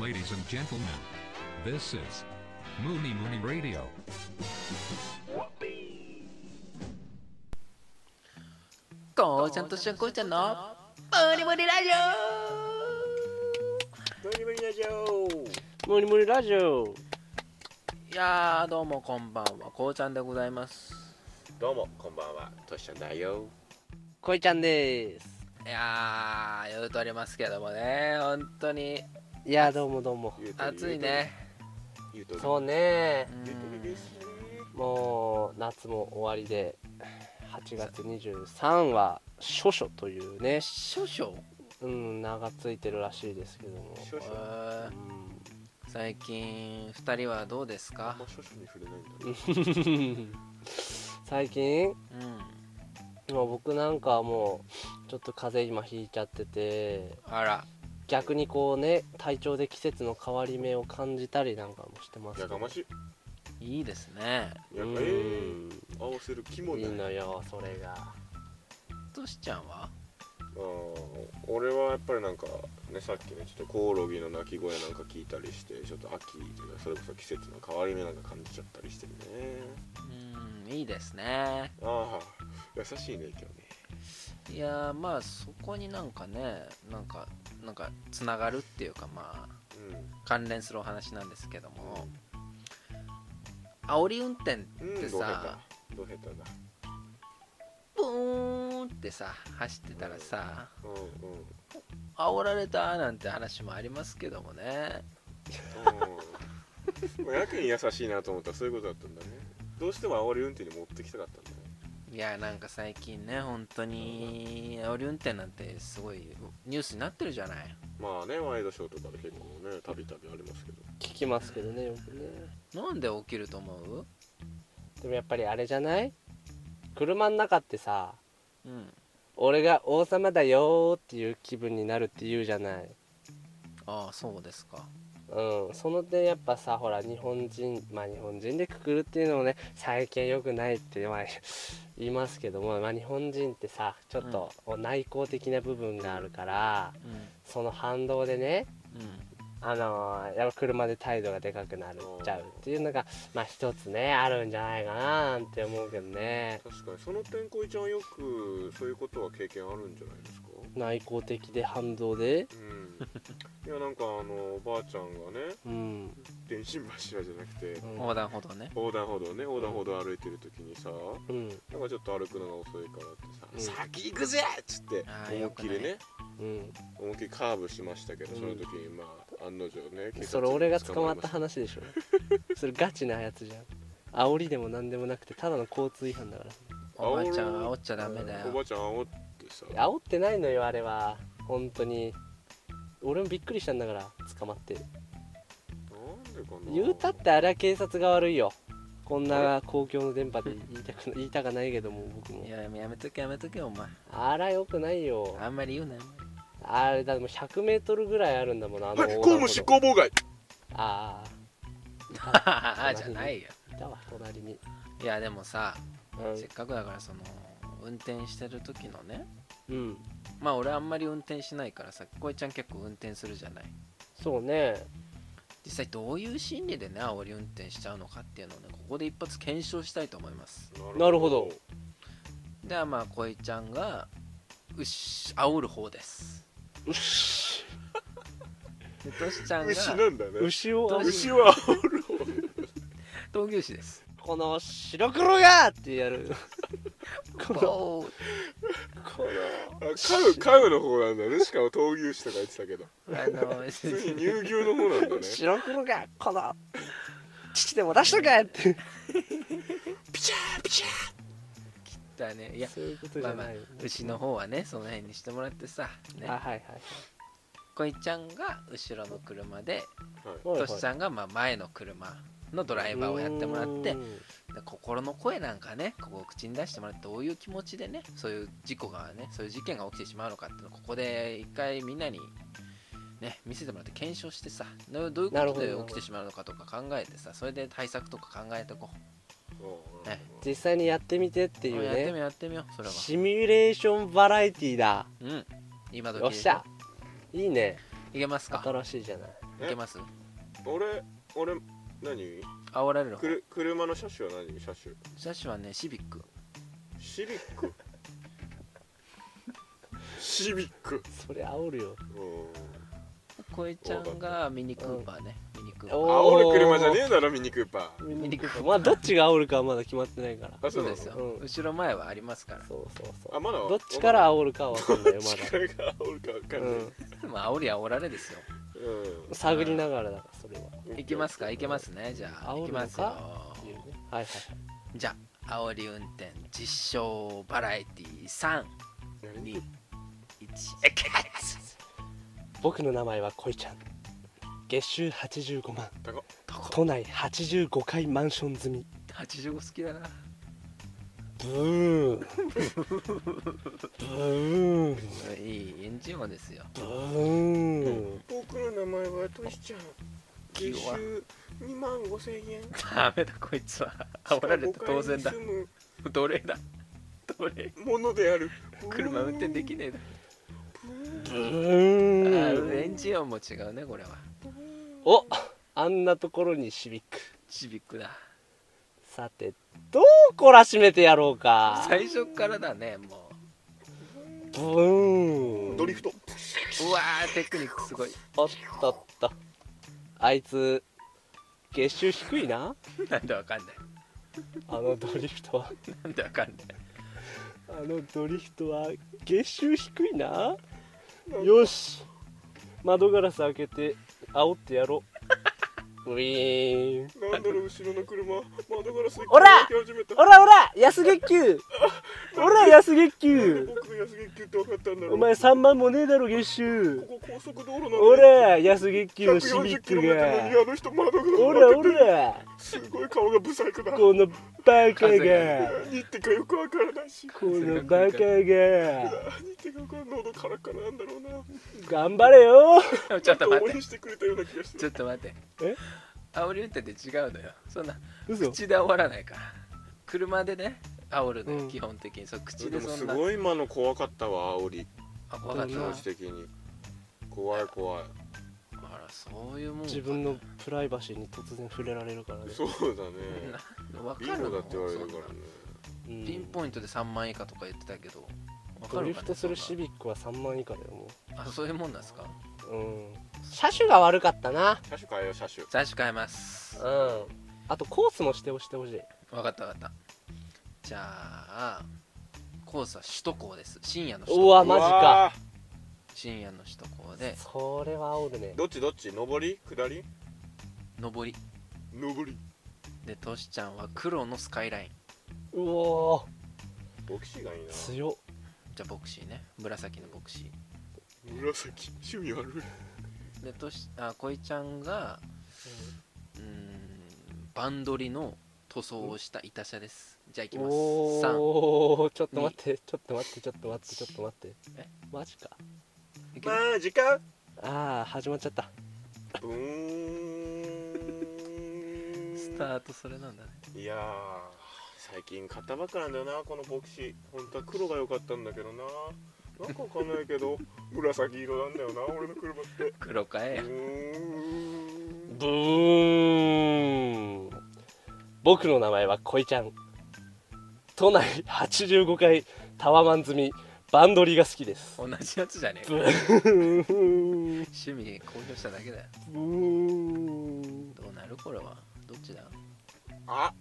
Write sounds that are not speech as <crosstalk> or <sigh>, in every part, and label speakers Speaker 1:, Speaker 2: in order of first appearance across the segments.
Speaker 1: ladies and gentlemen. This is Mooney Mooney Radio.
Speaker 2: こうちゃんとしゃんこうちゃんのモリモリラジ
Speaker 3: モリモリラジオモリモリラジオ
Speaker 2: オいやーどうもこんばんはこうちゃんでございます
Speaker 4: どうもこんばんはトシちゃんだよ
Speaker 3: こいちゃんです
Speaker 2: いやー言うとりますけどもね本当に
Speaker 3: いやどうもどうも
Speaker 4: 言うとり
Speaker 2: 暑いね
Speaker 4: 言うとり
Speaker 3: そうね
Speaker 2: うん
Speaker 4: 言うとりですね
Speaker 3: もう夏も終わりで8月23は処暑というね
Speaker 2: 少々
Speaker 3: うん名がついてるらしいですけども
Speaker 4: 少々
Speaker 2: えー最近2人はどうです
Speaker 4: あ
Speaker 2: か
Speaker 4: んま少々に触れないんだね
Speaker 3: うん最近
Speaker 2: うん
Speaker 3: もう僕なんかはもうちょっと風邪今ひいちゃってて
Speaker 2: あら
Speaker 3: 逆にこうね体調で季節の変わり目を感じたりなんかもしてますけ
Speaker 4: や
Speaker 3: ど
Speaker 4: かましい
Speaker 2: いいですね
Speaker 4: や
Speaker 3: うん
Speaker 4: かえー、合わせる気も
Speaker 3: いい
Speaker 4: ない
Speaker 3: のよそれが
Speaker 2: としちゃんは
Speaker 4: あー俺はやっぱりなんかねさっきねちょっとコオロギの鳴き声なんか聞いたりしてちょっと秋というかそれこそ季節の変わり目なんか感じちゃったりしてるね
Speaker 2: うんいいですね
Speaker 4: ああ優しいね今日ね
Speaker 2: いやーまあそこになんかねなんかなんかつながるっていうかまあ関連するお話なんですけども煽り運転っ
Speaker 4: うん、うん、
Speaker 2: て
Speaker 4: どう
Speaker 2: さ
Speaker 4: 下手どう下手だ
Speaker 2: ブーンってさ走ってたらさ
Speaker 4: うんうんうん
Speaker 2: 煽られたなんて話もありますけどもね
Speaker 4: まあやけに優しいなと思ったらそういうことだったんだねどうしても煽り運転に持ってきたかったんだね
Speaker 2: いやなんか最近ね本当に煽り運転なんてすごいニュースになってるじゃない
Speaker 4: まあねワイドショーとかで結構ねたびたびありますけど
Speaker 3: 聞きますけどねよくね
Speaker 2: なんで起きると思う
Speaker 3: でもやっぱりあれじゃない車の中ってさ
Speaker 2: うん
Speaker 3: 俺が王様だよーっていう気分になるって言うじゃない
Speaker 2: ああそうですか
Speaker 3: うんその点やっぱさほら日本人まあ日本人でくくるっていうのもね最近良くないって、まあ、 <laughs> 言いますけども、まあ、日本人ってさちょっと内向的な部分があるから、
Speaker 2: うん
Speaker 3: その反動でね
Speaker 2: うん
Speaker 3: あのーやっぱ車で態度がでかくなるっちゃうっていうのがまあ一つねあるんじゃないかななんて思うけどね
Speaker 4: 確かにその点こいちゃんはよくそういうことは経験あるんじゃないですか
Speaker 3: 内向的で反動で
Speaker 4: うんいやなんかあのおばあちゃんがね
Speaker 3: うん
Speaker 4: 電信柱じゃなくて
Speaker 3: うん
Speaker 2: 横断歩道ね
Speaker 4: 横断歩道ね横断歩道歩いてる時にさ
Speaker 3: うん
Speaker 4: なんかちょっと歩くのが遅いからっ
Speaker 3: うん
Speaker 4: てさ「先行くぜ!」っつって
Speaker 2: あー
Speaker 4: 思いっきり
Speaker 2: よ
Speaker 4: ね
Speaker 3: うん
Speaker 4: 思いっきりカーブしましたけど、
Speaker 3: うん
Speaker 4: その時にまあ案の定ね警察に
Speaker 3: それ俺が捕まった
Speaker 4: 捕まり
Speaker 3: 話でしょそれガチなやつじゃん煽りでも何でもなくてただの交通違反だか
Speaker 2: おばあちゃん
Speaker 4: 煽
Speaker 2: 煽
Speaker 4: る
Speaker 2: っちゃダメ
Speaker 4: ま
Speaker 2: だ
Speaker 4: したおば
Speaker 2: よ
Speaker 4: あちゃん煽ってさ
Speaker 3: ら煽ってないのよあれは本当に俺もびっくりしたんだから捕まって
Speaker 4: なんでかな
Speaker 3: 言うたってあれは警察が悪いよこんな公共の電波で言いたく言いたかないけども僕も
Speaker 2: いややめとけやめとけお前
Speaker 3: あらよくないよ
Speaker 2: あんまり言うなよ
Speaker 3: あれだってもう 100m ぐらいあるんだもんなあの
Speaker 4: はい
Speaker 3: 横断
Speaker 4: 公
Speaker 3: 歩道
Speaker 4: 務執行妨害
Speaker 3: あ
Speaker 2: <laughs> ああじゃないよ
Speaker 3: あいたわ隣に
Speaker 2: いやでもさ、せっ
Speaker 3: う
Speaker 2: かくだからその運転してる時のね
Speaker 3: ん、うん、
Speaker 2: まあ俺あんまり運転しないからさこいちゃん結構運転するじゃない
Speaker 3: そうね
Speaker 2: 実際どういう心理でね煽り運転しちゃうのかっていうのをねここで一発検証したいと思います
Speaker 3: なるほど
Speaker 2: ではまあこいちゃんがうっし煽る方です
Speaker 3: うっし
Speaker 2: でトシちゃんが
Speaker 4: 牛なんだね
Speaker 3: 牛を煽る
Speaker 4: 牛は煽る
Speaker 2: 闘牛士です
Speaker 3: この白黒がってやるこの
Speaker 2: おー
Speaker 3: こ
Speaker 4: あカウカウの方なんだねしかも闘牛士とか言ってたけど
Speaker 2: あの
Speaker 4: 普通に乳牛の方なんだね
Speaker 3: の白黒がこの父でも出しとけって
Speaker 4: ピチャーピチャー
Speaker 2: <laughs> だねいや
Speaker 3: そういうことじ
Speaker 2: まあ
Speaker 3: ゃ
Speaker 2: まあ
Speaker 3: ないよね、
Speaker 2: 牛の方はねその辺にしてもらってさ、ね
Speaker 3: あ、はいはい
Speaker 2: こいちゃんが後ろの車で
Speaker 4: はい
Speaker 3: は
Speaker 2: と
Speaker 3: い
Speaker 2: しちゃんがまあ前の車のドライバーをやってもらって
Speaker 3: う
Speaker 2: で
Speaker 3: ん
Speaker 2: 心の声なんかねここを口に出してもらってどういう気持ちでねそういう事故がねそういう事件が起きてしまうのかっていうのをここで一回みんなに。ね、見せてもらって検証してさどどういう
Speaker 3: なる
Speaker 2: こ
Speaker 3: ほ
Speaker 2: とで
Speaker 3: どなるほど
Speaker 2: 起きてしまうのかとか考えてさそれで対策とか考えてこ
Speaker 4: うん
Speaker 2: ね
Speaker 3: 実際にやってみてって
Speaker 2: う
Speaker 3: いう
Speaker 2: やってみ
Speaker 3: ね
Speaker 2: ようやってみようそれは
Speaker 3: シミュレーションバラエティーだ
Speaker 2: うん今時
Speaker 3: よっしゃいいね
Speaker 2: いけますか
Speaker 3: 新しいじゃない
Speaker 2: いけます
Speaker 4: 俺俺何
Speaker 2: 煽られる
Speaker 4: くる車の車種は何車種
Speaker 2: 車種はねシビック
Speaker 4: シビッ
Speaker 3: <laughs>
Speaker 4: クシビック
Speaker 3: それ煽るよ
Speaker 4: うん
Speaker 2: 小江ちゃんがミニクーパーねミニクーパ
Speaker 3: お
Speaker 4: 煽
Speaker 2: ー
Speaker 4: る車じゃねえだろミニクーパー
Speaker 2: ミニクーパー
Speaker 3: まあどっちが煽るかはまだ決まってないから
Speaker 4: あ
Speaker 2: そう
Speaker 4: な
Speaker 2: で
Speaker 4: の
Speaker 2: すよ、
Speaker 3: うん
Speaker 2: 後ろ前はありますから
Speaker 3: そうそうそう
Speaker 4: あまだ
Speaker 3: どっちから煽るかは分かんない
Speaker 4: ど
Speaker 3: よ
Speaker 4: っちからが煽るか分か
Speaker 3: まだ、
Speaker 4: んない、
Speaker 2: まあ煽りは煽られですよ
Speaker 4: う
Speaker 3: うん、探りながらだからそれは、
Speaker 4: ん
Speaker 2: いきますかいけますねじゃあ
Speaker 3: 煽
Speaker 2: い
Speaker 3: る
Speaker 2: き
Speaker 3: のか
Speaker 2: ますよ
Speaker 3: っていうねはいはい
Speaker 2: じゃあ煽り運転実証バラエティ321
Speaker 4: 何
Speaker 2: えけす
Speaker 3: 僕の名前はこいちゃん月収85万
Speaker 4: 高っ
Speaker 3: 都内85階マンション済み
Speaker 2: 85好きだな
Speaker 3: ブーンブーン
Speaker 2: いいエンジン音ですよ
Speaker 3: ブーン
Speaker 4: 僕の名前はトシちゃん月
Speaker 2: 弱
Speaker 4: 収2万5千円
Speaker 2: ダメだこいつは煽られた当然だ
Speaker 4: 5階に住む
Speaker 2: 奴隷だ奴隷
Speaker 4: ものである
Speaker 2: 車運転できねえだ
Speaker 3: ブ
Speaker 2: あ
Speaker 3: ー
Speaker 2: ーエ
Speaker 3: ン
Speaker 2: ンジン音も違うねこれは
Speaker 3: おあんなところにシビック
Speaker 2: シビックだ
Speaker 3: さてどう懲らしめてやろうか
Speaker 2: 最初っからだねも
Speaker 3: ブーン
Speaker 4: ドリフト
Speaker 2: ううわーテクニックすごい
Speaker 3: おっとっとあいつ月収低いな
Speaker 2: <laughs> なんでわかんない
Speaker 3: あのドリフトは
Speaker 2: なんでわかんない
Speaker 3: あのドリフトは月収低いなよし窓ガラス開けて煽ってやろうウィーン
Speaker 4: なんだろう後ろの車窓ガラスで
Speaker 3: お
Speaker 4: 輝
Speaker 3: ら
Speaker 4: き始めた
Speaker 3: おらおら安月給おら安月
Speaker 4: なんで
Speaker 3: 給
Speaker 4: 僕が安月給って分かったんだろう
Speaker 3: お前3万もねえだろ月収
Speaker 4: ここ高速道路なんだよ
Speaker 3: おら安月給のシビッ
Speaker 4: 140km
Speaker 3: ク
Speaker 4: なのに
Speaker 3: が
Speaker 4: あの人窓ガラス
Speaker 3: おら
Speaker 4: 開け
Speaker 3: お
Speaker 4: てる
Speaker 3: ら
Speaker 4: すごい顔がブサイクだ
Speaker 3: このバカ
Speaker 2: 風
Speaker 3: が
Speaker 2: が
Speaker 4: 何言ってかよくわからないし
Speaker 3: このバカ
Speaker 4: 何言っ
Speaker 3: が
Speaker 4: てかよくわからない喉カラカラなんだろうな
Speaker 3: 頑張れよ
Speaker 2: ちょっと待っ
Speaker 4: 応
Speaker 2: て
Speaker 4: 援してくれたような気がして
Speaker 2: ちょっと待って
Speaker 3: え
Speaker 2: 煽り運転って違うのよそんな <laughs>
Speaker 3: 嘘
Speaker 2: 口で煽らないから車でね煽るのよ、
Speaker 3: うん
Speaker 2: 基本的にそう口でそ
Speaker 4: す
Speaker 2: んな
Speaker 4: ごい今の怖かったわ煽り
Speaker 2: あ怖かっ
Speaker 3: 気
Speaker 2: た
Speaker 4: 気
Speaker 3: 持う
Speaker 4: 持
Speaker 3: ん
Speaker 4: ち的に怖い怖い
Speaker 2: あらそういうもん
Speaker 3: 自分のプライバシーに突然触れられるからね
Speaker 4: そうだね
Speaker 2: なわ
Speaker 4: ビ
Speaker 2: かる
Speaker 4: ル
Speaker 2: の
Speaker 4: だって言われるからね
Speaker 2: そんな
Speaker 3: うん
Speaker 2: ピンポイントで3万以下とか言ってたけどわか
Speaker 3: ド
Speaker 2: る
Speaker 3: リ
Speaker 2: か
Speaker 3: フ
Speaker 2: ね
Speaker 3: トする
Speaker 2: そ
Speaker 3: シ
Speaker 2: んな
Speaker 3: ビックは3万以下だよも
Speaker 2: あそういうもんなんですか
Speaker 3: ううん車種が悪かったな
Speaker 4: 車種変えよう車種
Speaker 2: 最初変えます
Speaker 3: うんあとコースも指定をしてほしい
Speaker 2: わかったわかったじゃあコースは首都高です深夜の首都
Speaker 3: うわマジ
Speaker 4: う
Speaker 3: か
Speaker 4: わ
Speaker 2: 深夜の首都高で
Speaker 3: それは煽るね
Speaker 4: ーどっちどっち上り下り
Speaker 2: 上り
Speaker 4: 上り
Speaker 2: でトシちゃんは黒のスカイライン
Speaker 3: うおー
Speaker 4: ボキシーがいいな
Speaker 3: 強っ
Speaker 2: じゃあボクシーね紫のボクシ
Speaker 4: 紫趣味悪い
Speaker 2: ーでトシあこいちゃんがうーんバンドリの塗装をした板車ですじゃあいきます3
Speaker 3: おおちょっと待ってちょっと待ってちょっと待ってちょっと待って
Speaker 2: え
Speaker 3: マジか
Speaker 2: いける
Speaker 4: マジか
Speaker 3: ああ始まっちゃった
Speaker 4: ブーン
Speaker 2: スタートそれなんだね
Speaker 4: いやー最近買ったばっかなんだよなこのボクシー本当は黒が良かったんだけどななんかわかんないけど紫色なんだよな俺の車って
Speaker 2: 黒か
Speaker 4: う
Speaker 2: え
Speaker 4: ーん
Speaker 3: ブーン僕の名前はこいちゃん都内85階タワマン済みバンドリが好きです
Speaker 2: 同じやつじゃねえか
Speaker 3: ブーン
Speaker 2: 趣味公表しただけだよ
Speaker 3: ブーン
Speaker 2: どうなるこれはどっちだ
Speaker 4: あ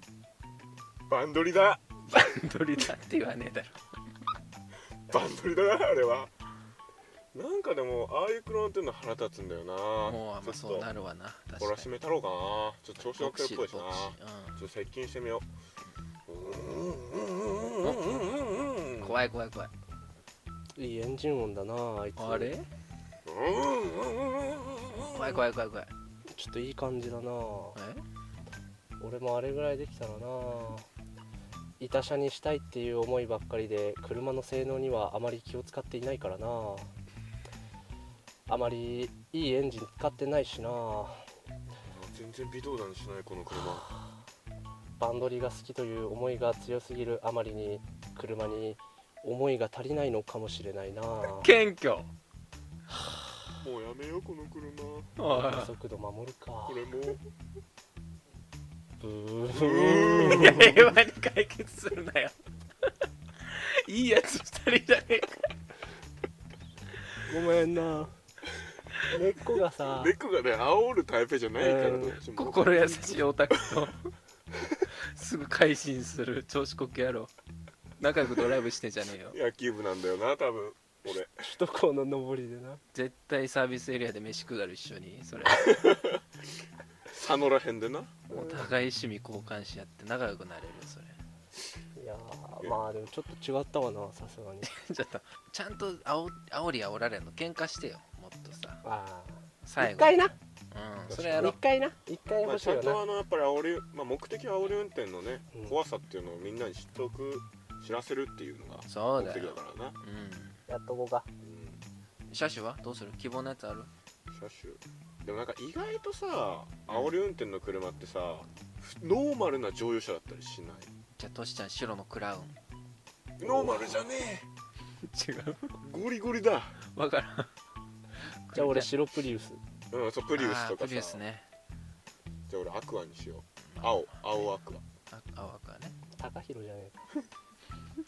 Speaker 4: バンドリだ
Speaker 2: バンドリだって言わねえだろ
Speaker 4: バンドリだなあれはなんかでもああいう車乗ってんの腹立つんだよな
Speaker 2: もうあんま
Speaker 4: ち
Speaker 2: そ
Speaker 4: ょ
Speaker 2: う
Speaker 4: っ
Speaker 2: なるわな
Speaker 4: と懲
Speaker 2: 確
Speaker 4: ら
Speaker 2: か
Speaker 4: し
Speaker 2: に
Speaker 4: めたろうかなちょっと調子乗
Speaker 2: ボ
Speaker 4: っ
Speaker 2: ク
Speaker 4: てる
Speaker 2: シ
Speaker 4: っ
Speaker 2: ー
Speaker 4: ぽい
Speaker 2: だ
Speaker 4: しな
Speaker 2: ボクシ
Speaker 4: ちょっと接近してみよううー
Speaker 2: ー、うんん、怖い怖い怖い
Speaker 3: いいエンジン音だなあいつ
Speaker 2: あれ
Speaker 4: い
Speaker 2: 怖い怖い怖い怖い
Speaker 3: ちょっといい感じだな
Speaker 2: え
Speaker 3: 俺もあれぐらいできたらな板車にしたいっていう思いばっかりで車の性能にはあまり気を使っていないからなあまりいいエンジン使ってないしな
Speaker 4: 全然微動だにしないこの <laughs> 車
Speaker 3: バンドリが好きという思いが強すぎるあまりに車に思いが足りないのかもしれないな
Speaker 2: 謙虚
Speaker 4: もうやめようこの車こ
Speaker 3: 加
Speaker 2: お
Speaker 3: 速度守るか
Speaker 4: れもう
Speaker 3: ブ
Speaker 4: う
Speaker 3: ー
Speaker 2: い
Speaker 4: ーん
Speaker 2: 平和に解決するなよいいやつ2人だね
Speaker 3: ごめんな根っこが
Speaker 4: <laughs>
Speaker 3: さ
Speaker 4: 猫がね煽るタイプじゃないから
Speaker 3: うん
Speaker 4: どっちも
Speaker 2: 心優しいオタクとすぐ改心する調子こけ野郎仲良くドライブしてんじゃねえよ
Speaker 4: 野球部なんだよな多分俺
Speaker 3: 首都高の上りでな
Speaker 2: 絶対サービスエリアで飯食うだろ一緒にそれ
Speaker 4: <laughs> 佐野らへんでな
Speaker 2: お互い趣味交換し合って仲良くなれるそれ
Speaker 3: いやーまあでもちょっと違ったわなさすがに
Speaker 2: ちょっとちゃんとあお煽り煽られんの喧嘩してよもっとさ
Speaker 3: ああ
Speaker 2: 最
Speaker 3: 一
Speaker 2: 後
Speaker 3: 回な
Speaker 2: うんそれやろ
Speaker 3: 一回な一回
Speaker 4: まあ、
Speaker 3: 欲しい
Speaker 4: ちゃ
Speaker 3: よ
Speaker 4: ん
Speaker 3: な、
Speaker 4: とあのやっぱり煽り、まあ、目的は煽り運転のね、
Speaker 3: うん
Speaker 4: 怖さっていうのをみんなに知っておく知らせるっていうのが
Speaker 2: そう
Speaker 4: 目
Speaker 2: だ
Speaker 4: 的だ
Speaker 2: よ
Speaker 4: からな、
Speaker 2: う
Speaker 3: やっとこうか
Speaker 4: うん、
Speaker 2: ん車種はどうする希望のやつある
Speaker 4: 車種でもなんか意外とさ煽り運転の車ってさふノーマルな乗用車だったりしな
Speaker 2: じゃあトシちゃん白のクラウン
Speaker 4: いノーマルじゃね
Speaker 2: 違う
Speaker 4: えゴリゴリだ
Speaker 2: 分からん
Speaker 3: じゃあ俺白プリウス
Speaker 4: うんそうプリウスと
Speaker 2: あー
Speaker 4: か
Speaker 2: プリウ
Speaker 4: さ
Speaker 2: スね
Speaker 4: じゃあ俺アクアにしよう青青アクア
Speaker 2: あ青赤ね
Speaker 3: 高弘じゃねえ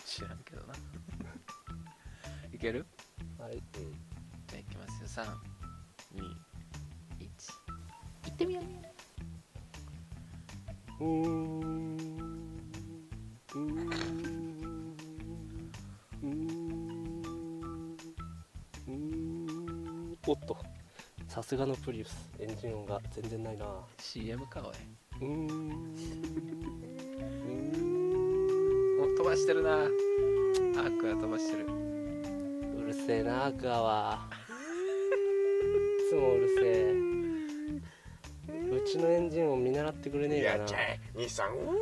Speaker 2: 知らんけどないける
Speaker 3: かはい
Speaker 2: じゃあいきますよ321行ってみようね
Speaker 3: うーんうーんうーんうーんおっとさすがのプリウスエンジン音が全然ないな
Speaker 2: CM かおいう
Speaker 3: ーん
Speaker 2: お飛ばしてるなアークは飛ばしてる
Speaker 3: うーんうるせえなアクアはいつもうるせえうちのエンジン音見習ってくれねえかな
Speaker 4: え兄さん
Speaker 2: お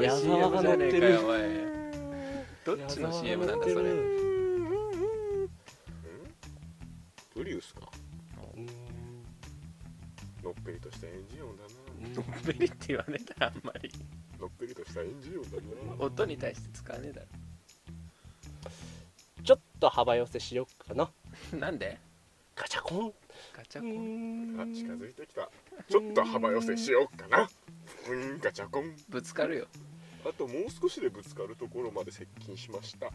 Speaker 2: い
Speaker 3: 矢沢
Speaker 2: CM
Speaker 3: が
Speaker 2: じ
Speaker 3: 乗
Speaker 2: ゃ
Speaker 3: っ
Speaker 2: ねえ
Speaker 3: て
Speaker 2: か
Speaker 3: る
Speaker 2: よおいどっちの CM なんだそれ
Speaker 4: プリウスか
Speaker 3: うん
Speaker 4: のっぺりとしたエンジン音だな
Speaker 3: うん
Speaker 2: ベリって言わねえだろあんまり
Speaker 4: のっぺりとしたエンジン音だな
Speaker 2: 音に対して使わねえだ
Speaker 3: ちょっと幅寄せしよっかな
Speaker 2: ろなんで
Speaker 3: ガチャコン
Speaker 2: ガチャコン
Speaker 4: あ近づいてきたちょっと幅寄せしようかなうんガチャコン
Speaker 2: ぶつかるよ
Speaker 4: あともう少しでぶつかるところまで接近しました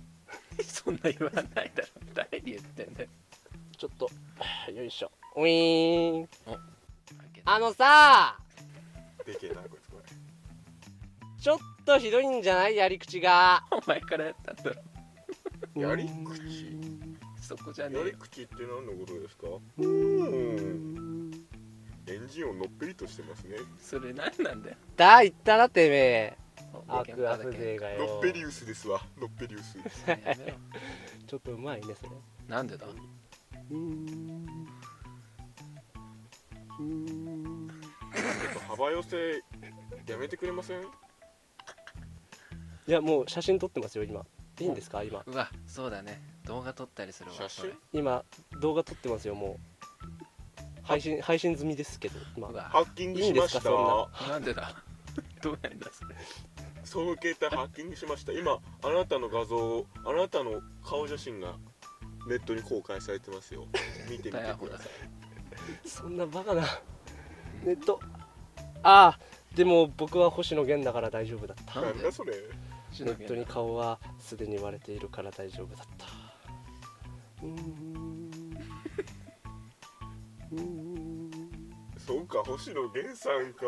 Speaker 2: そんな言わないだろ誰に言ってんだよ
Speaker 3: ちょっとよいしょウィーン
Speaker 2: 開けた
Speaker 3: あのさ
Speaker 4: でけえなこいつこれ
Speaker 3: ちょっとひどいんじゃないやり口が
Speaker 2: お前からやったんだろ
Speaker 4: やり口
Speaker 2: そこじゃね
Speaker 4: や
Speaker 2: え
Speaker 4: り
Speaker 2: よ
Speaker 4: 口って何のことですかうんエンジン音のっぺりとしてますね
Speaker 2: それ何なんだよ
Speaker 3: だ言ったらてめえ
Speaker 2: お
Speaker 3: アクア
Speaker 2: 喧嘩だ
Speaker 3: 風情が
Speaker 4: の
Speaker 3: よ
Speaker 4: っぺりウスですわのっぺりウス
Speaker 2: 喧嘩やめろ
Speaker 3: ちょっとうまいねそれ
Speaker 2: なんでだ
Speaker 4: 幅寄せやめてくれません
Speaker 3: いやもう写真撮ってますよ今いいんですか今
Speaker 2: うわそうだね動画撮ったりするわ
Speaker 4: 写
Speaker 2: それ
Speaker 4: 真
Speaker 3: 今動画撮ってますよもう配信配信済みですけど今
Speaker 2: う
Speaker 4: ハ
Speaker 2: わ
Speaker 4: ッキング
Speaker 3: いい
Speaker 4: し
Speaker 3: んで
Speaker 4: ます
Speaker 3: か
Speaker 4: した
Speaker 3: そ
Speaker 2: なんでだどうなんだそれ
Speaker 4: その携帯ハッキングしました今あなたの画像をあなたの顔写真がネットに公開されてますよ見てみてくだ
Speaker 2: 絶対ア
Speaker 4: さ
Speaker 2: ホだ
Speaker 3: んなそんなバカなネットああでも僕は星野源だから大丈夫だった
Speaker 4: い
Speaker 2: な
Speaker 4: なんん
Speaker 2: で
Speaker 4: だそれ
Speaker 2: シ
Speaker 3: ネ
Speaker 2: ノ
Speaker 3: ット
Speaker 2: ビ
Speaker 3: に顔はすでに割れているから大丈夫だったうーんうーん
Speaker 4: そうか星野源さんか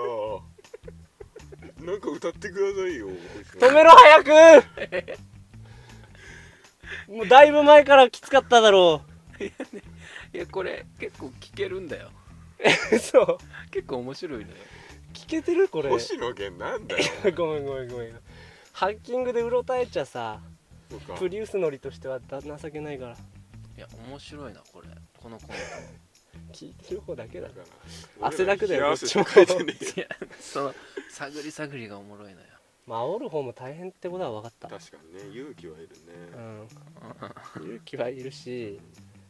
Speaker 4: なんか歌ってくださいよ
Speaker 3: 止めろ早
Speaker 4: <laughs>
Speaker 3: くもうだいぶ前からきつかっただろ
Speaker 4: <laughs>
Speaker 2: いやこれ結構聞けるんだよ
Speaker 3: う嘘
Speaker 2: 結構面白いのよ
Speaker 3: 聞けてるこれご
Speaker 4: 星野源なんだよ
Speaker 3: め <laughs> んごめんごめんごめんハッキングでうろたえちゃさ
Speaker 4: そうか
Speaker 3: プリウス乗りとしてはだ情けないから
Speaker 2: いや面白いなこれこのコン
Speaker 3: 聞いてる方だけだ
Speaker 4: だから
Speaker 3: 汗だくだよ
Speaker 4: 俺ら幸せしか書いてねえよ
Speaker 2: トいやその探り探りがおもろいのよ
Speaker 3: まあ煽る方も大変ってことは分かった
Speaker 4: 確かにね勇気はいるね
Speaker 3: うん、勇気はいるし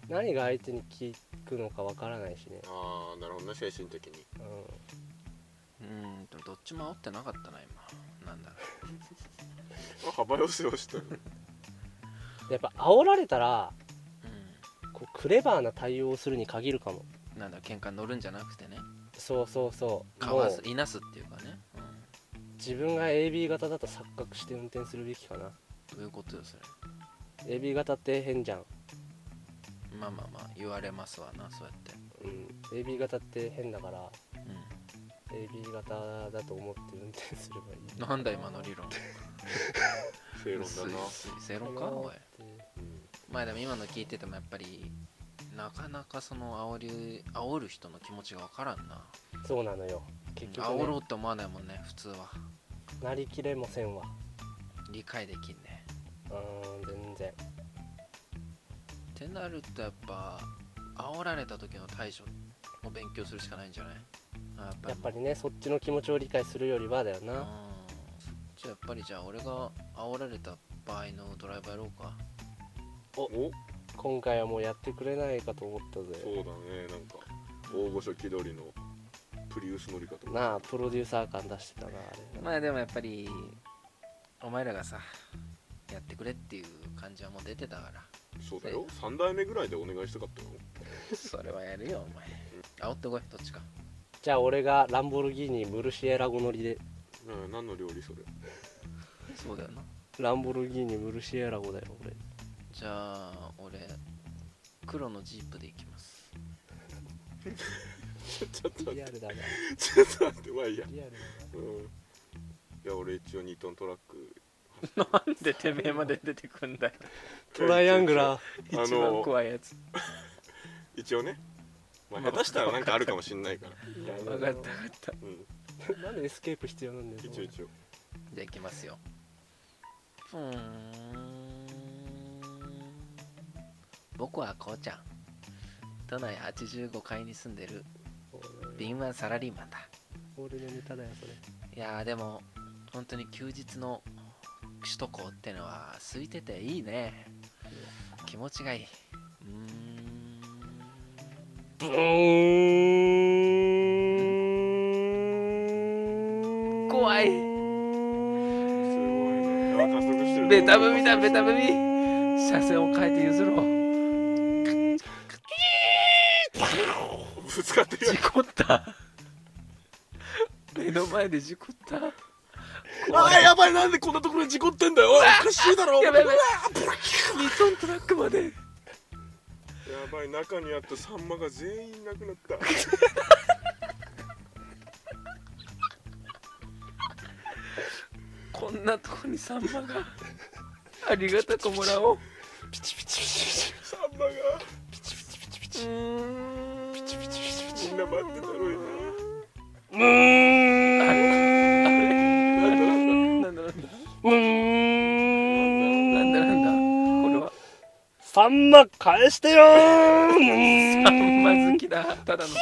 Speaker 3: 何が相手に聞くのかわからないしね、
Speaker 4: ああなるほどね精神的に
Speaker 3: う
Speaker 2: うんうんでもどっちも煽ってなかったな今なんだろ
Speaker 4: あ幅寄せをしたの
Speaker 2: <laughs>
Speaker 3: ん、やっぱ煽られたら
Speaker 2: う、うん、
Speaker 3: こうクレバーな対応をするに限るかも
Speaker 2: なんだ喧嘩乗るんじゃなくてね
Speaker 3: そうそうそう
Speaker 2: か
Speaker 3: も
Speaker 2: わ
Speaker 3: う
Speaker 2: すいなすっていうかね、うん、
Speaker 3: 自分が AB 型だと錯覚して運転するべきかな
Speaker 2: どういうことよそれ
Speaker 3: AB 型って変じゃん、
Speaker 2: まあまあまあ言われますわなそうやって
Speaker 3: うん、AB 型って変だから
Speaker 2: う
Speaker 3: AB 型だと思って運転すればいい
Speaker 2: んなんだ今の理論
Speaker 4: 正論だな、
Speaker 2: 薄い薄い正論かおい
Speaker 4: うん
Speaker 2: まあでも今の聞いててもやっぱりなかなかその煽り煽る人の気持ちが分からんな
Speaker 3: そうなのよ結局、
Speaker 2: 煽ろ
Speaker 3: ね
Speaker 2: う、と思わないもんね普通は
Speaker 3: なりきれもせんわ
Speaker 2: 理解できんね
Speaker 3: うーん全然
Speaker 2: ってなるとやっぱ煽られた時の対処を勉強するしかないんじゃないあやっ
Speaker 3: やっぱ
Speaker 2: り
Speaker 3: りねそっちの気持ちを理解するよりはだよ
Speaker 2: うん
Speaker 3: な
Speaker 2: じゃあやっぱりじゃあ俺が煽られた場合のドライバーやろうか
Speaker 4: お
Speaker 3: 今回はもうやってくれないかと思った
Speaker 4: そう
Speaker 3: ぜ
Speaker 4: だねなんか大御所気取りのプリウス乗りかと思った
Speaker 3: なあプロデューサー感出してたなあれ
Speaker 2: まあでもやっぱりお前らがさやってくれっていう感じはもう出てたから
Speaker 4: そうだよ3代目ぐらいでお願いしたかったよ
Speaker 2: <laughs> それはやるよお前煽ってこいどっちか
Speaker 3: じゃあ俺がランボルギーニムルシエラゴ乗りで
Speaker 4: なあ何の料理
Speaker 2: <laughs>
Speaker 4: それ
Speaker 2: そうだよな
Speaker 3: ランボルギーニムルシエラゴだよ俺
Speaker 2: じゃあ俺黒のジープで行きます
Speaker 4: ちょっと待
Speaker 3: リ
Speaker 4: っ
Speaker 3: ア
Speaker 4: て
Speaker 3: ルだな
Speaker 4: ちょっと待ってまあいいや
Speaker 3: リアルだ
Speaker 4: うんいや俺一応2トントラック
Speaker 2: <laughs> なんでてめえまで出てくんだよ
Speaker 3: トライアングラー
Speaker 4: 一応一応あの
Speaker 2: いやつ
Speaker 4: 一応ね、まあ、
Speaker 2: まあ
Speaker 4: 下手したらなんかあるかもしんないから、
Speaker 2: 分かった分かった
Speaker 4: うん、
Speaker 3: なんでエスケープ必要なんだよ
Speaker 4: 一応一応
Speaker 2: じゃあ行きますようーん僕はこうちゃん都内85階に住んでる
Speaker 3: 俺
Speaker 2: 敏腕サラリーマンだ
Speaker 3: 俺のネタだよそれ
Speaker 2: いやーでも本当に休日の首都高ってのは空いてていいね気持ちがいいうーん
Speaker 3: ブーン
Speaker 2: 怖い
Speaker 4: すごいねあ加速してる
Speaker 2: ベタ踏みだベ
Speaker 4: タ
Speaker 2: タ踏み車線を変えて譲ろう
Speaker 4: ぶつかってるよ
Speaker 2: 事故った目の前で事故った
Speaker 4: あ
Speaker 2: 怖
Speaker 4: ー
Speaker 2: い
Speaker 4: やばいなんでこんなところに事故ってんだよおいおかしいだろ
Speaker 2: やばいやばい2トントラックまで
Speaker 4: やばい中にあったサンマが全員なくなった
Speaker 2: こんなとこにサンマがありがたくもらおう
Speaker 3: ピチピチピチピチ
Speaker 4: サンマが
Speaker 3: ピチピチピチピ
Speaker 2: う
Speaker 3: チ
Speaker 2: ーん
Speaker 3: ピチピチピチピチ
Speaker 4: みんな待ってたのに
Speaker 3: ムーン
Speaker 2: なんだなんだ
Speaker 3: ムーン
Speaker 2: なんだなんだこれは
Speaker 3: サンマ返してよームーン
Speaker 2: サンマ好きだただの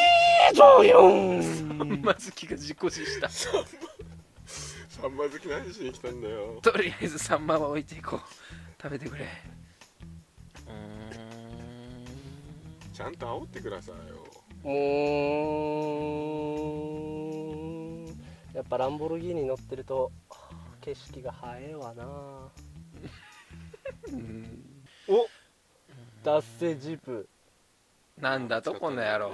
Speaker 3: どうよ
Speaker 2: サンマ好きが事故死した
Speaker 4: サンマ好き何しに来たんだよ
Speaker 2: とりあえずサンマは置いていこう食べてくれうー
Speaker 4: ちゃんと煽ってくださいよ
Speaker 3: うーんやっぱランボルギーニ乗ってると景色が映えわなんおダッセジープ
Speaker 2: なんだとこんな野郎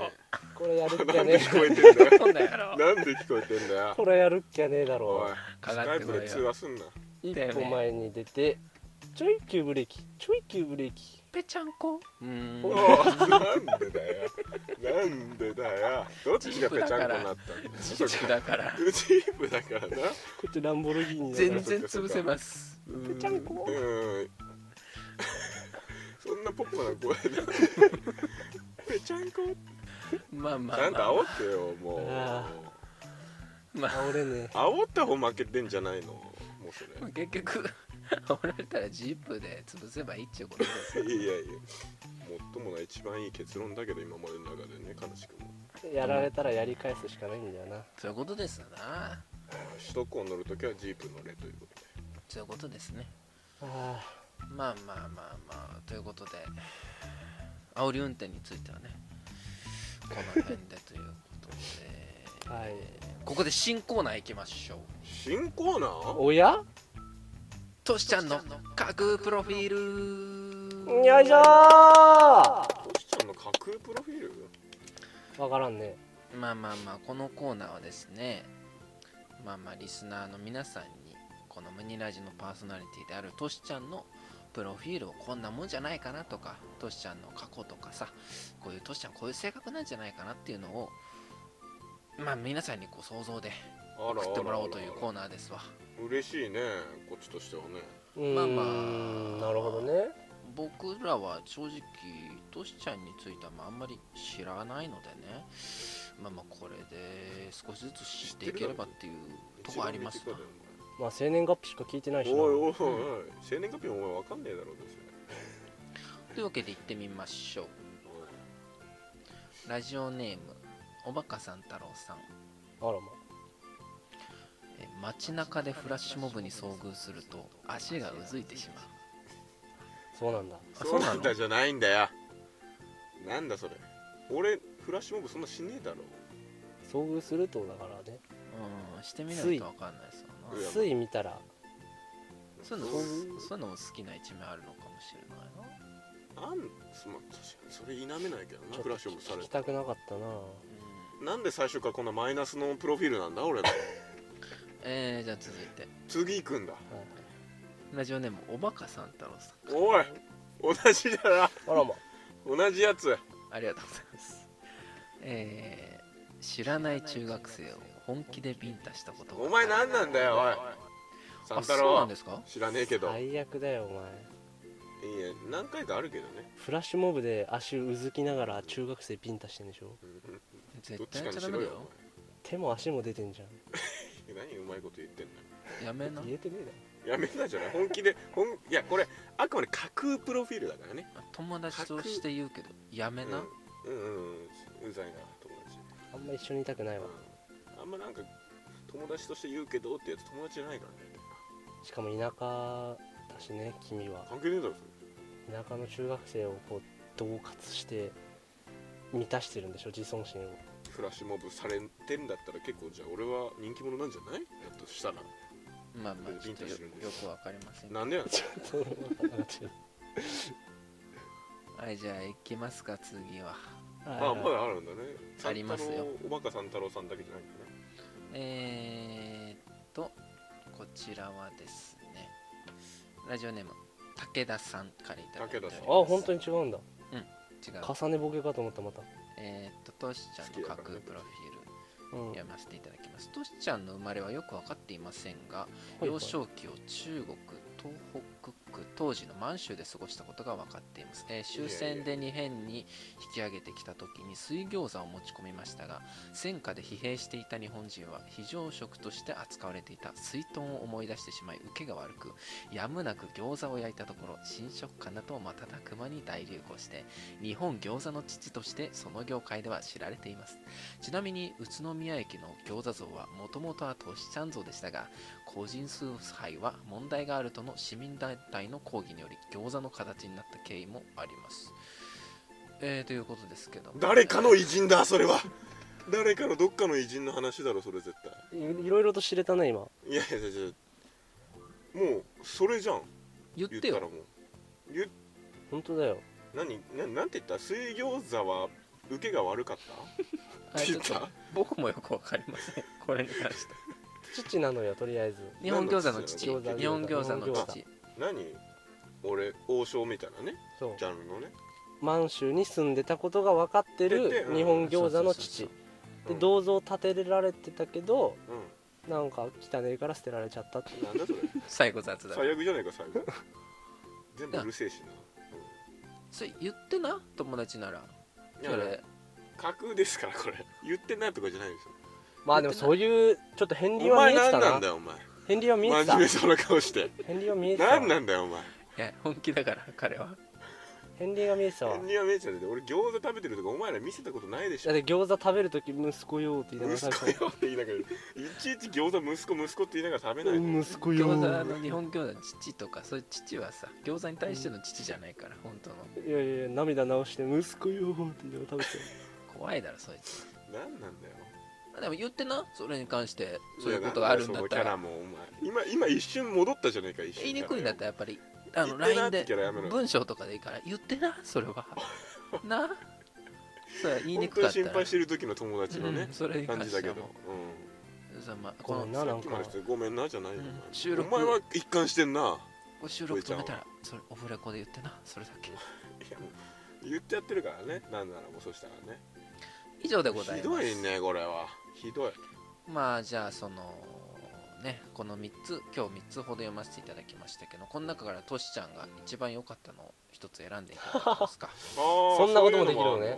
Speaker 3: これやるっき
Speaker 4: な
Speaker 3: ゃ
Speaker 4: ん
Speaker 3: ね
Speaker 4: で聞こえてんだよ
Speaker 2: こんな野郎
Speaker 4: <laughs> なんで聞こえてんだよ
Speaker 3: これやるっきゃねえだ
Speaker 4: お
Speaker 3: ろ
Speaker 4: い
Speaker 2: か
Speaker 4: ス
Speaker 2: か
Speaker 4: カ
Speaker 2: っ
Speaker 4: イ
Speaker 2: て
Speaker 4: プ
Speaker 2: こい
Speaker 4: で通
Speaker 2: よ
Speaker 4: 話すんな
Speaker 3: 一
Speaker 2: だよ
Speaker 3: 歩
Speaker 2: ね
Speaker 3: 前に出てちょい急ブレーキちょい急ブレーキ
Speaker 2: ぺちゃんこうーん
Speaker 4: おいなんでだよなんでだよどっちがぺちゃんこになったんだよ
Speaker 2: ジープ
Speaker 4: <laughs>
Speaker 2: だから
Speaker 4: うチープだからな
Speaker 3: こっちランボルギーニだか
Speaker 2: 全
Speaker 3: ら
Speaker 2: 然潰せますぺ
Speaker 3: ぺちゃんこ
Speaker 4: うんそんなポップな声でぺちゃんこ
Speaker 2: まあまあ
Speaker 4: ちゃんと
Speaker 2: まあ
Speaker 4: 煽ってよもう
Speaker 3: あ
Speaker 2: まあ
Speaker 3: 倒れね
Speaker 4: 煽った方負けてんじゃないのもうそれ
Speaker 2: 結局 <laughs> 煽られたらジープで潰せばいいっちゅうことです
Speaker 4: <laughs>
Speaker 2: よ
Speaker 4: いやいやいやもっともない一番いい結論だけど今までの中でね悲しくも
Speaker 3: えやられたらやり返すしかないんだよな
Speaker 2: そういうことですな
Speaker 4: 首都高乗るときはジープ乗れということで
Speaker 2: そういうことですね
Speaker 3: あ
Speaker 2: まあまあまあまあということで煽り運転についてはねこの辺でということ
Speaker 3: ー
Speaker 2: で
Speaker 3: はい
Speaker 2: ここで新コーナー行きましょう
Speaker 4: 新コーナー
Speaker 3: おや
Speaker 2: トシちゃんの架空プロフィール
Speaker 3: よいしょー
Speaker 4: ト空プロフィール
Speaker 3: わからんね
Speaker 2: まあまあまあこのコーナーはですねまあまあリスナーの皆さんにこのムニラジのパーソナリティであるトシちゃんのプロフィールをこんなもんじゃないかなとかトシちゃんの過去とかさこういうトシちゃんこういう性格なんじゃないかなっていうのをまあ皆さんにこう想像で
Speaker 4: あら
Speaker 2: 送ってもらおうというコー
Speaker 4: ナ
Speaker 2: ナーですわ
Speaker 4: ー嬉しいねこっちとしてはね
Speaker 3: うーん
Speaker 2: まあまあ
Speaker 3: なるほどね
Speaker 2: 僕らは正直トシちゃんについてはまああんまり知らないのでねまあまあこれで少しずつ知っていければっていうとこあります
Speaker 4: 一番
Speaker 2: な
Speaker 4: 身近だよ
Speaker 3: まあ生年月日しか聞いてないしな
Speaker 4: お前おいおいおい生年月日お前わかんねえだろうですよ
Speaker 2: というわけで行ってみましょうラジオネームおばかさん太郎さん
Speaker 3: あらま
Speaker 2: え街中でフラッシュモブに遭遇すると足がうずいてしまう
Speaker 3: そうなんだ
Speaker 2: あ
Speaker 4: そう
Speaker 2: そう
Speaker 4: な
Speaker 2: なんの
Speaker 4: だじゃないんだよなんだそれ俺フラッシュモブそんなしねえだろ
Speaker 3: 遭遇するとだからね
Speaker 2: うんしてみないとわかんないですよ
Speaker 4: う
Speaker 2: な
Speaker 4: や
Speaker 3: つい見たら
Speaker 2: そういう
Speaker 4: そう
Speaker 2: のそういうのも好きな一面あるのかもしれないな
Speaker 4: あんそ,、まあ、確かにそれ否めないけど
Speaker 3: ち
Speaker 4: な
Speaker 3: ょっ
Speaker 4: フ
Speaker 3: と
Speaker 4: ラッシュモブさ
Speaker 3: 聞
Speaker 4: れ
Speaker 3: き
Speaker 4: て
Speaker 3: たくなかったな
Speaker 2: うん
Speaker 4: なんで最初からこんなマイナスのプロフィールなんだ俺ら
Speaker 2: えー、じゃあ続いて
Speaker 4: 次行くんだ
Speaker 3: はい
Speaker 2: ラジオネームおばかさん太郎さん
Speaker 4: おい同じだな
Speaker 3: あらま
Speaker 4: 同じやつ
Speaker 2: ありがとうございますえー、知らない中学生を本気でビンタしたことが
Speaker 4: お前何なんだよおい三
Speaker 2: あ
Speaker 4: 太
Speaker 2: そうなん
Speaker 4: 郎
Speaker 2: ですか
Speaker 4: 知らねえけどい
Speaker 3: 最悪だよお前
Speaker 4: いや何回かあるけどね
Speaker 3: フラッシュモブで足うずきながら中学生ピンタしてんでしょ
Speaker 4: ど
Speaker 2: 絶
Speaker 4: っち
Speaker 2: 対
Speaker 4: か
Speaker 2: や
Speaker 4: に
Speaker 2: っちゃ
Speaker 4: し
Speaker 2: ダ
Speaker 4: ろ
Speaker 2: メだ
Speaker 4: よ
Speaker 2: よ
Speaker 3: 手も足も出てんじゃん
Speaker 4: お前何うまいこと言ってんの
Speaker 2: やめな
Speaker 3: 言えてねえだろ
Speaker 4: やめたじゃない本気で本いやこれあくまで架空プロフィールだからね
Speaker 2: 友達として言うけどやめな、
Speaker 4: うんうんうんうんうざいな友達
Speaker 3: あんま一緒にいたくないわ
Speaker 4: うんあんまなんか友達として言うけどってやつ友達じゃないからね
Speaker 3: しかも田舎だしね君は
Speaker 4: 関係ねえだろそ
Speaker 3: 田舎の中学生をこう恫喝して満たしてるんでしょ自尊
Speaker 2: <laughs>
Speaker 3: 心を
Speaker 4: れフラッシュモブされてんだったら結構じゃあ俺は人気者なんじゃないだとしたら
Speaker 2: まあまあちょっと
Speaker 4: ビ
Speaker 2: よ
Speaker 4: ンタするんです
Speaker 2: よくわかりません
Speaker 4: なんでやねん
Speaker 3: ちょっと俺も分からんけど
Speaker 2: はいじゃあ行きますか次は
Speaker 4: あま
Speaker 3: はいはい
Speaker 4: だあるんだね
Speaker 2: ありますよ
Speaker 4: 三太郎おバカさん太郎さんだけじゃないんだね
Speaker 2: えー、っとこちらはですねラジオネーム武田さんからいただいておりま
Speaker 4: 武田
Speaker 2: す
Speaker 4: さ
Speaker 3: あ本当
Speaker 2: に
Speaker 3: に違うんだ
Speaker 2: 違う
Speaker 3: 重ねボケかと思ったまた
Speaker 2: えー、っとトシちゃんの架空プロフィール
Speaker 3: うん
Speaker 2: 読ませていただきますトシちゃんの生まれはよく分かっていませんが
Speaker 3: はい
Speaker 2: 幼少期を中国東北区当時の満州で過ごしたことが分かっています、えー終戦で日本に引き上げてきた時に水餃子を持ち込みましたが戦火で疲弊していた日本人は非常食として扱われていた水豚を思い出してしまい受けが悪くやむなく餃子を焼いたところ新食感だと瞬く間に大流行して日本餃子の父としてその業界では知られていますちなみに宇都宮駅の餃子像はもともとは都市ちゃん像でしたが個人崇拝は問題があるとの市民団体の抗議により餃子の形になった経緯もあります。えー、ということですけど
Speaker 4: 誰かの偉人だそれは誰かのどっかの偉人の話だろそれ絶対
Speaker 3: いいろいろと知れたね今
Speaker 4: いやいやいやいやもうそれじゃん
Speaker 2: 言っ
Speaker 4: 言ってたらも
Speaker 2: よ
Speaker 4: う言っ
Speaker 3: 本当だよ
Speaker 4: 何ななんて言った水餃子は受けが悪かった
Speaker 2: あちょっ
Speaker 4: 言っ
Speaker 2: と
Speaker 4: た
Speaker 2: 僕もよくわかりませんこれに
Speaker 4: <laughs>
Speaker 2: 関して
Speaker 3: 父なのよとりあえず
Speaker 2: 日本餃子の父
Speaker 3: 何の父なの
Speaker 2: 日本餃子の父
Speaker 4: 何俺王将みたいなね
Speaker 3: そう
Speaker 4: ジャンルのね
Speaker 3: 満州に住んでたことが分かって
Speaker 4: で
Speaker 3: る
Speaker 4: うん
Speaker 3: 日本餃子
Speaker 4: そ
Speaker 3: の
Speaker 4: う
Speaker 3: 父
Speaker 4: そう
Speaker 3: で
Speaker 4: うん
Speaker 3: 銅像を建てられてたけど
Speaker 4: う
Speaker 3: なんか汚いから捨てられちゃったって
Speaker 4: んなんだそれ
Speaker 2: 最後雑だ
Speaker 4: 最悪じゃないか最
Speaker 2: <laughs>
Speaker 4: 後全部うるせえしな、
Speaker 2: それ言ってな友達なら
Speaker 4: うん、いや
Speaker 2: それ
Speaker 4: 架空ですからこれ言ってないとかじゃないですよ
Speaker 3: まあでもそういうちょっと片
Speaker 4: お
Speaker 3: 鱗は
Speaker 4: 前
Speaker 3: 見え
Speaker 4: 何
Speaker 3: てた
Speaker 4: なん
Speaker 3: な
Speaker 4: だよお前
Speaker 3: 片鱗は見えてた
Speaker 4: 真面目そうな顔して
Speaker 3: 片鱗は見えてた
Speaker 4: 何なんだよお前
Speaker 2: いや本気だから彼は
Speaker 3: 片鱗が見えてたわ
Speaker 4: には見えちゃうで俺餃子食べてるとかお前ら見せたことないでし
Speaker 3: だ
Speaker 4: ょ
Speaker 3: って餃子食べるとき息子よって言いながら
Speaker 4: 息
Speaker 3: 食
Speaker 4: 子
Speaker 3: べて
Speaker 4: よって言いながらいちいち餃子息子息子って言いながら食べ
Speaker 3: た
Speaker 4: ないで、
Speaker 3: うん息子
Speaker 2: 餃
Speaker 3: よ
Speaker 2: 子の日本餃子の父とかそういう父はさ餃子に対しての父じゃないから本当の
Speaker 3: いやいやいや涙直して息子よって言いながら食べて
Speaker 2: 怖いだろそいつ
Speaker 4: 何なんだよ
Speaker 2: でも言ってなそれに関してそういうことがあるんだった
Speaker 4: いや
Speaker 2: ら
Speaker 4: なんよそのキャラもお前今今一瞬戻ったじゃねえか一瞬
Speaker 2: 言いにくいんだったらやっぱりあの
Speaker 4: 言ってな
Speaker 2: LINE
Speaker 4: って
Speaker 2: で
Speaker 4: キャラやめろよ <laughs>
Speaker 2: 文章とかでいいから言ってなそれはなそれは言いに
Speaker 4: 本
Speaker 2: く
Speaker 4: 当
Speaker 2: か
Speaker 4: に
Speaker 2: った
Speaker 4: 心
Speaker 2: ら
Speaker 4: 配してる時の友達の
Speaker 2: う
Speaker 4: ね
Speaker 2: ん、それに
Speaker 4: 感
Speaker 2: 関
Speaker 4: じだ
Speaker 2: して
Speaker 4: け
Speaker 2: は
Speaker 4: ど、
Speaker 2: もうそうまあ
Speaker 3: ご
Speaker 2: この
Speaker 3: めん
Speaker 4: う、
Speaker 3: なんな
Speaker 4: さ
Speaker 3: ん
Speaker 4: っき
Speaker 3: か
Speaker 4: までしてごめんなじゃないよ、
Speaker 2: うん
Speaker 4: お前
Speaker 2: 収録
Speaker 4: お前は一貫してんな
Speaker 2: これ収録止めたらそれオフレコで言ってなそれだけ
Speaker 4: いやもう言ってやってるからねなんならもうそしたらね
Speaker 2: 以上でござい
Speaker 4: ひ
Speaker 2: ま
Speaker 4: ど
Speaker 2: す
Speaker 4: いねこれはひどい
Speaker 2: まあじゃあそのねこの3つ今日3つほど読ませていただきましたけどこの中からトシちゃんが一番良かったのを一つ選んでいただけますか
Speaker 4: そ
Speaker 3: そんなこともできるのね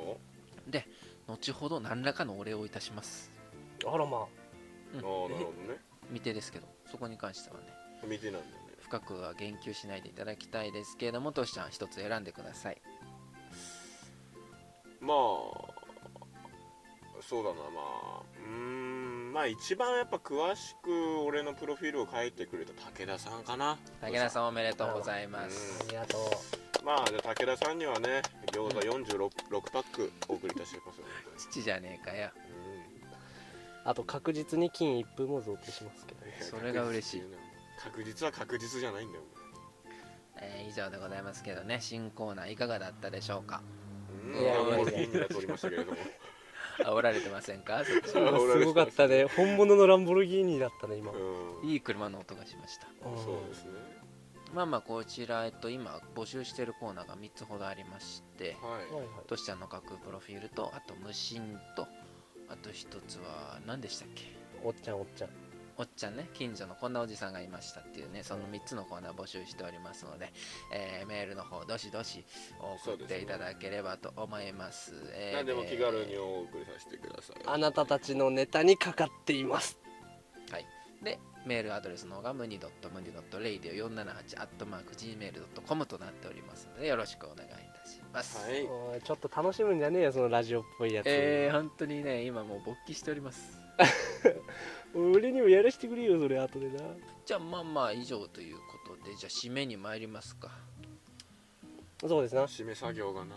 Speaker 2: で後ほど何らかのお礼をいたします、
Speaker 3: あ
Speaker 4: あ
Speaker 2: う
Speaker 3: らま
Speaker 2: ん
Speaker 4: るのあーなるほどね
Speaker 2: 未定ですけどそこに関してはね
Speaker 4: 見てなんだよね
Speaker 2: 深くは言及しないでいただきたいですけれどもトシちゃん一つ選んでください
Speaker 4: まあそうだなまあうーんまあ一番やっぱ詳しく俺のプロフィールを書いてくれた武田さんかな
Speaker 2: 武田さんおめでとうございます
Speaker 3: ありがとう
Speaker 4: まあじゃあ武田さんにはね餃子46、6パックお送りいたします
Speaker 3: <laughs>
Speaker 4: の
Speaker 2: 父じゃねえかや
Speaker 4: で、
Speaker 3: あと確実に金一封も贈呈しますけどね
Speaker 4: うん
Speaker 2: それが嬉しい
Speaker 4: 確実は確実じゃないんだよ
Speaker 2: えー以上でございますけどね新コーナーいかがだったでしょうか
Speaker 4: うん
Speaker 3: いやいやい
Speaker 4: こ
Speaker 3: や
Speaker 4: れ銀には取りましたけれども
Speaker 2: 煽られてませんかそっち
Speaker 4: あ俺
Speaker 3: すごかったね本物のランボルギーニだったね今、
Speaker 4: うん
Speaker 2: いい車の音がしました
Speaker 4: そうですね
Speaker 2: まあまあこちら、えっと、今募集しているコーナーが3つほどありまして
Speaker 4: はい
Speaker 3: はいはい
Speaker 2: トシちゃんの書くプロフィールとあと無心とあと一つは何でしたっけ
Speaker 3: おっちゃんおっちゃん
Speaker 2: おっちゃんね近所のこんなおじさんがいましたっていうねその3つのコーナー募集しておりますので、えーメールの方どしどし送っていただければと思いますえー
Speaker 4: 何でも気軽にお送りさせてください
Speaker 3: あなたたちのネタにかかっています
Speaker 2: でメールアドレスの方がムニドットムニドットレイディオ478アットマーク Gmail.com となっておりますのでよろしくお願いいたします、
Speaker 4: はい
Speaker 3: おいちょっと楽しむんじゃねえよそのラジオっぽいやつ、
Speaker 2: えー、本当にね、今もう勃起しております。
Speaker 3: 俺にもやらしてくれよそれ後でな
Speaker 2: じゃあ、まあまあ、以上ということで、じゃあ、締めに参りますか。
Speaker 3: そうですな
Speaker 4: 締め作業がな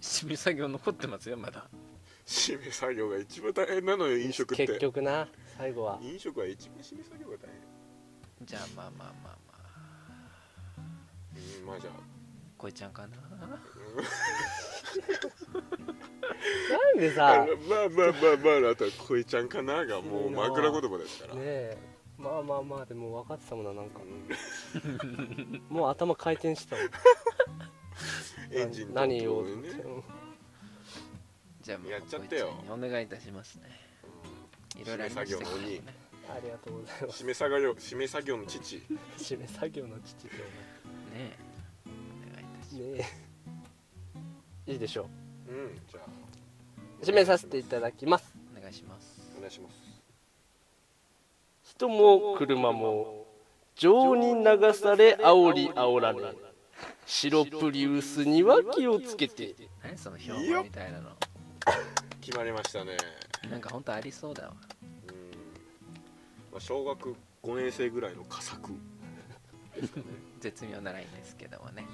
Speaker 2: 締め作業残ってますよ、まだ。
Speaker 4: 締め作業が一番大変なのよ飲食って
Speaker 3: 結局な最後は
Speaker 4: 飲食は一番締め作業が大
Speaker 2: じゃあ、まあまあまあまあ、
Speaker 4: 変うんまあじゃあ
Speaker 2: こいちゃんかな。
Speaker 3: なんで
Speaker 4: まあ
Speaker 3: さね
Speaker 4: まあまあまあまああとは「こいちゃんかな」がもう枕言葉ですから、
Speaker 3: えまあまあまあでも分かってたもんななんか
Speaker 4: うん
Speaker 3: もう頭回転してたもん
Speaker 4: エンジンと
Speaker 3: 何を、
Speaker 4: ね
Speaker 2: じゃあ、もう
Speaker 4: やっちゃってよ
Speaker 2: こいちゃんにお願いいたしますね。いろいろありましたけどね。
Speaker 3: ありがとうございます
Speaker 4: 締め作業締め作業の父
Speaker 3: 締め作業の父って
Speaker 2: ね
Speaker 3: お
Speaker 2: えお願いいたします。
Speaker 3: 前ねえいいでしょ
Speaker 4: うんじゃあ
Speaker 3: う締めさせていただきます
Speaker 2: お願いします。
Speaker 4: お願いします
Speaker 3: 人も車も情に流され煽り煽られ白プリウスには気をつけて
Speaker 2: 何その表現みたいなの。
Speaker 4: 決まりましたね
Speaker 2: なんか本当ありそうだわ。
Speaker 4: うん、まあ、小学5年生ぐらいの佳作ですかね
Speaker 2: 絶妙なラインですけどもね。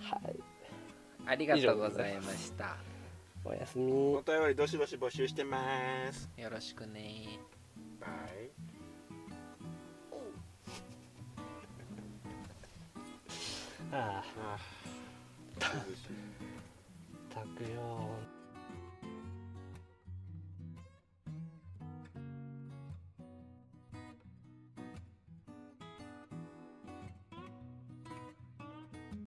Speaker 3: はい
Speaker 2: ありがとうございました。
Speaker 3: おやすみ
Speaker 4: お便りどしどし募集してます
Speaker 2: よろしくね
Speaker 4: バイ
Speaker 3: ああ
Speaker 4: ああ涼しい
Speaker 3: ったくよ